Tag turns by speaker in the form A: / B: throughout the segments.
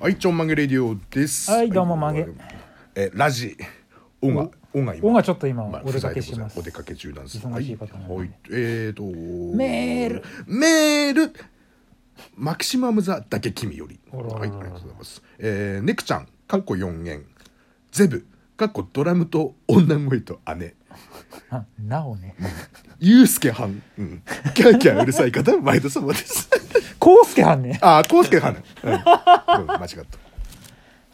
A: はい、ちょんまげレディオです。
B: はいどうもまげ。
A: え、ラジ。音が、音が今。
B: 音がちょっと今
A: まあ
B: お出かけします
A: 不在でございお出かけ中なんです。
B: 忙しい方なん
A: は
B: で
A: いはい。えーと。
B: メール。
A: メール。マキシマムザだけ君より。
B: あららら
A: はい、ありがとうございます。えー、ネクちゃん、かっこ四円。ゼブ、かっこドラムと女声と姉。
B: あなおね
A: ゆうすけはん、うん、キャーキャーうるさい方、前田様です。
B: コウスケはんね
A: あー、こうすけ はん。うん、うん間違っ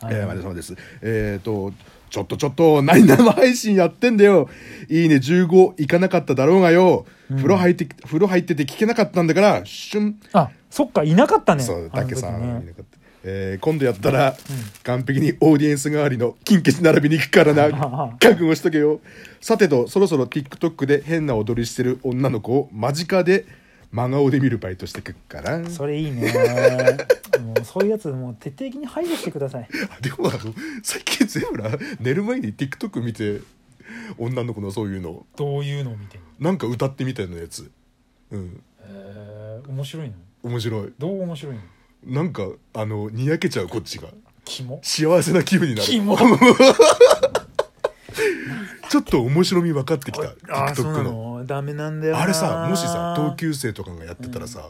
A: た。
B: はい
A: えー、前田様です。えっ、と、ちょっとちょっと、何生配信やってんだよ。いいね、15いかなかっただろうがよ。風呂入って、風呂入ってて聞けなかったんだから、シュン。
B: あそっかいなかったね
A: そう、
B: あの
A: だ
B: 時
A: けさん、い
B: ね
A: なかったえー今度やったら、完璧にオーディエンス代わりの金消し並びに行くから な覚悟しとけよさてとそろそろ TikTok で変な踊りしてる女の子を間近で真顔で見るバイトしてくっから
B: それい いねもうそういうやつもう徹底的に排除してください
A: でもあの最近ゼブラ寝る前に TikTok 見て女の子のそういうの
B: どういうのを見てる
A: なんか歌ってみたいなやつうん
B: えー、面白いの
A: 面白い
B: どう面白いの
A: なんかあのにやけちゃうこっちが
B: キモ
A: 幸せな気分にな
B: キ
A: る
B: モ
A: ちょっと面白み分かってきた
B: あーそうな
A: TikTok の
B: のダメなんだよな
A: あれさもしさ同級生とかがやってたらさ、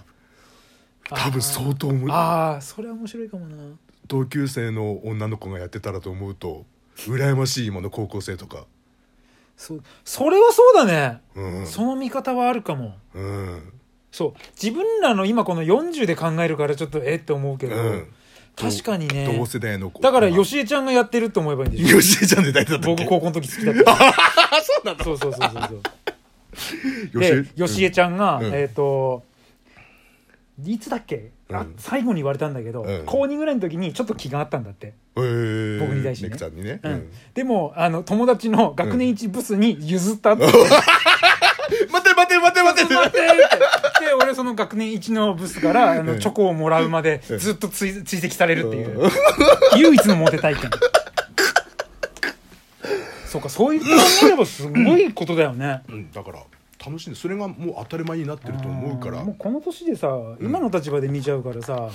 A: 多分相当面
B: ああそれは面白いかもな
A: 同級生の女の子がやってたらと思うと羨ましい今の高校生とか
B: そうそれはそうだね、
A: うん
B: その見方はあるかも
A: うん
B: そう自分らの今この40で考えるからちょっとえって思うけど、
A: うん
B: 確かにね
A: 同世代の子
B: だから吉江ちゃんがやってるって思えばいいんでしょ
A: 吉江ちゃん で大体だったっ
B: 僕
A: け
B: 高校の時好 きだったそうなのそうそうそうそうそうで吉江ちゃんが、
A: うん
B: えっ、といつだっけ、あ
A: うん
B: 最後に言われたんだけど、
A: うん
B: 高2ぐらいの時にちょっと気があったんだって、
A: うんへー
B: 僕に対してね
A: ネクちゃんにね、
B: うん
A: うん
B: でもあの友達の学年一ブスに譲ったって、
A: 待て待て待て待て
B: 待ってってで俺その学年一のブスからあ
A: う
B: の
A: ん
B: チョコをもらうまで
A: うん
B: ずっと追追跡されるっていう唯一のモテ体験そうかそういう考えればすごいことだよね
A: うんだから楽しんでそれがもう当たり前になってると思うから
B: んもうこの年でさ今の立場で見ちゃうからさ、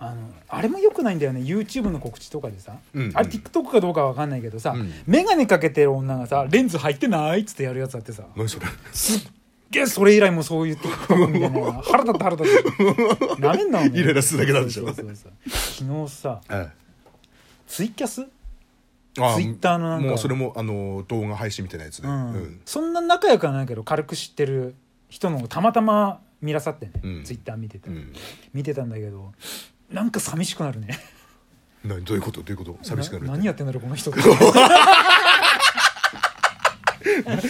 B: あのあれもよくないんだよね YouTube の告知とかでさ、
A: うんうん
B: あれ TikTok かどうかわかんないけどさ、
A: うん
B: 眼鏡かけてる女がさレンズ入ってないっつってやるやつあってさ
A: 何それ
B: すっげえそれ以来もそういう TikTok みたいなの が腹立って腹立ってなめんなお前
A: イライラするだけなんでしょ
B: そうそうそう昨日さ
A: え
B: ツイキャス
A: えあ
B: Twitter のなんか
A: もうそれもあの動画配信みたいなやつで
B: う、
A: うんん
B: そんな仲良くはないけど軽く知ってる人のをたまたま見らさってね、
A: うん
B: ツイッター見てて、
A: うん
B: 見てたんだけどなんか寂しくなるね
A: 何どういうことどういうこと寂しくなる
B: 何やってんだろうこの人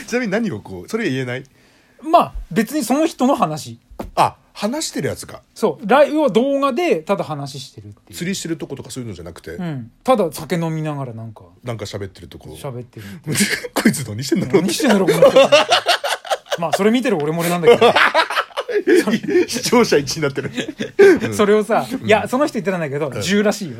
A: ちなみに何をこうそれは言えない
B: まあ別にその人の話
A: あ話してるやつか
B: そうライブは動画でただ話してるっていう
A: 釣りしてるとことかそういうのじゃなくて、
B: うん、ただ酒飲みながらなんか
A: なんか喋ってるとこ
B: 喋ってる
A: こいつ何してんだろう
B: 何してんだろうこの人まあそれ見てる俺も俺なんだけど
A: 視聴者1になってる
B: それをさ、いや、その人言ってたんだけど、10らしいよ。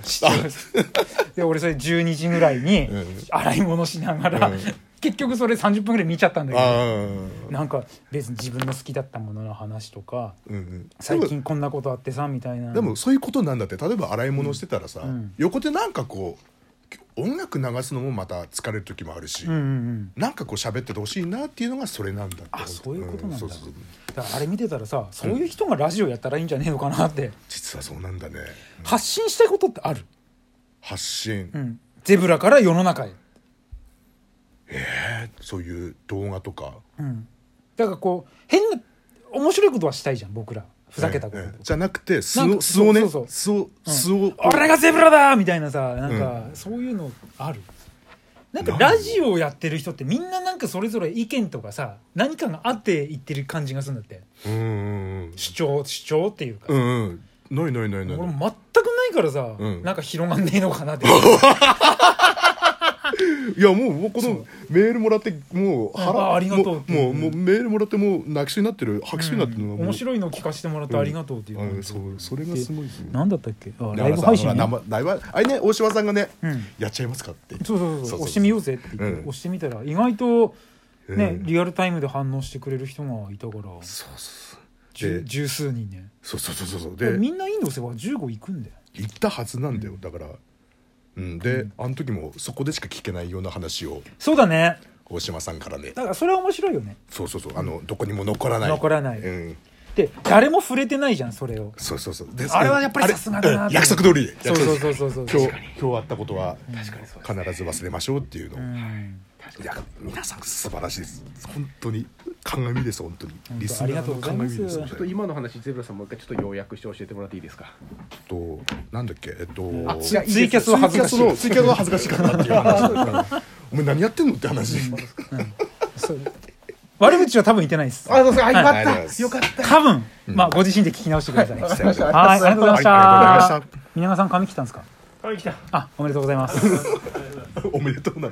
B: で、俺それ12時ぐらいに
A: うん、
B: 洗い物しながら
A: うん、
B: 結局それ30分ぐらい見ちゃったんだけど、
A: ああ
B: なんか別に自分の好きだったものの話とか、
A: うんうん
B: 最近こんなことあってさ、みたいな。
A: でもそういうことなんだって例えば洗い物してたらさ、
B: ん
A: 横でなんかこう音楽流すのもまた疲れる時もあるし、
B: うんうんうん。
A: なんかこう喋っててほしいなっていうのがそれなんだって
B: あ、そういうことなんだ。
A: そうそうそう
B: だからあれ見てたらさ、そういう人がラジオやったらいいんじゃねえのかなって。
A: 実はそうなんだね
B: 発信したいことってある
A: 発信、
B: うん。ゼブラから世の中へ。
A: えーそういう動画とか
B: うん。だからこう、変な、面白いことはしたいじゃん、僕ら。ふざけたこと
A: ええ
B: と
A: え
B: か
A: え。じゃなくて素
B: なん
A: を
B: か
A: 素をね
B: そうそう
A: 素を素を
B: 俺がゼブラだみたいなさなんかそういうのある、なんかラジオをやってる人ってみんななんかそれぞれ意見とかさ何かがあって言ってる感じがするんだって
A: うんうんうん
B: 主張主張っていうか、
A: うんうんないないないない
B: 俺全くないからさ、
A: うん
B: なんか広がんねえの かなって
A: いやもうもうこのメールもらってもう
B: あありがとう
A: も
B: っ
A: う
B: て
A: もうもうメールもらってもう泣きそうになってる拍手になってるのがもう
B: 面白いの聞かせてもらってありがとうっていう、
A: うんそうそれがすごいですね
B: なんだったっけあ
A: だか
B: ライ
A: ら
B: ブ
A: さ
B: 配信、ね、
A: ほら生ライブあれね大島さんがね
B: うん
A: やっちゃいますかって
B: そうそうそ
A: そうそう
B: う
A: そう
B: 押してみようぜって言って、
A: うん
B: 押してみたら意外とね、
A: うん
B: リアルタイムで反応してくれる人がいたから
A: そうそう
B: 十
A: で
B: 十数人ね
A: そうそうそうそうそうで
B: みんなインド世は15行くんだよ
A: 行ったはずなんだよだから、うん、で、あの時もそこでしか聞けないような話を
B: そうだね
A: 大島さんからね
B: だからそれは面白いよね
A: そうそうそうあのどこにも残らない
B: 残らない
A: うん、
B: で誰も触れてないじゃんそれを
A: そうそうそうで
B: あれはやっぱり
A: あれ
B: さすがだなと
A: うん約束通りで
B: そうそうそうそうそう
A: 今日今日あったことは必
B: 確か
A: ず忘れましょうっていうのを、
B: うん
A: いや皆さん素晴らしいです本当に鏡です本当に
B: 当
A: リスナーの鏡です
B: ありがとうございます
A: ち
C: ち
A: ょ
C: ょ
A: っ
C: っ
A: と
C: と
A: 今
C: 今の話ゼブラさんもう一回ちょっと要約して教えてもらっていいですか
A: となんだっけえっと
B: あ
A: ツ
B: いやいいですツイキャスは恥ずかしい
A: イキャスのツイキャスは恥ずかしかったっていう話 だからお前何やってんのって 話
B: そう悪口は多分言ってないです
C: そうですあ
B: よかった
A: ありがとうございます
C: かった
B: 多分まあご自身で聞き直してくださいはい
A: さよ なら
B: ありがとうございまし
A: はいありがとうござい
B: た
A: ま
B: 皆川さん髪切ったんですか
D: はい、来た。
B: あおめでとうございます
A: おめでとうな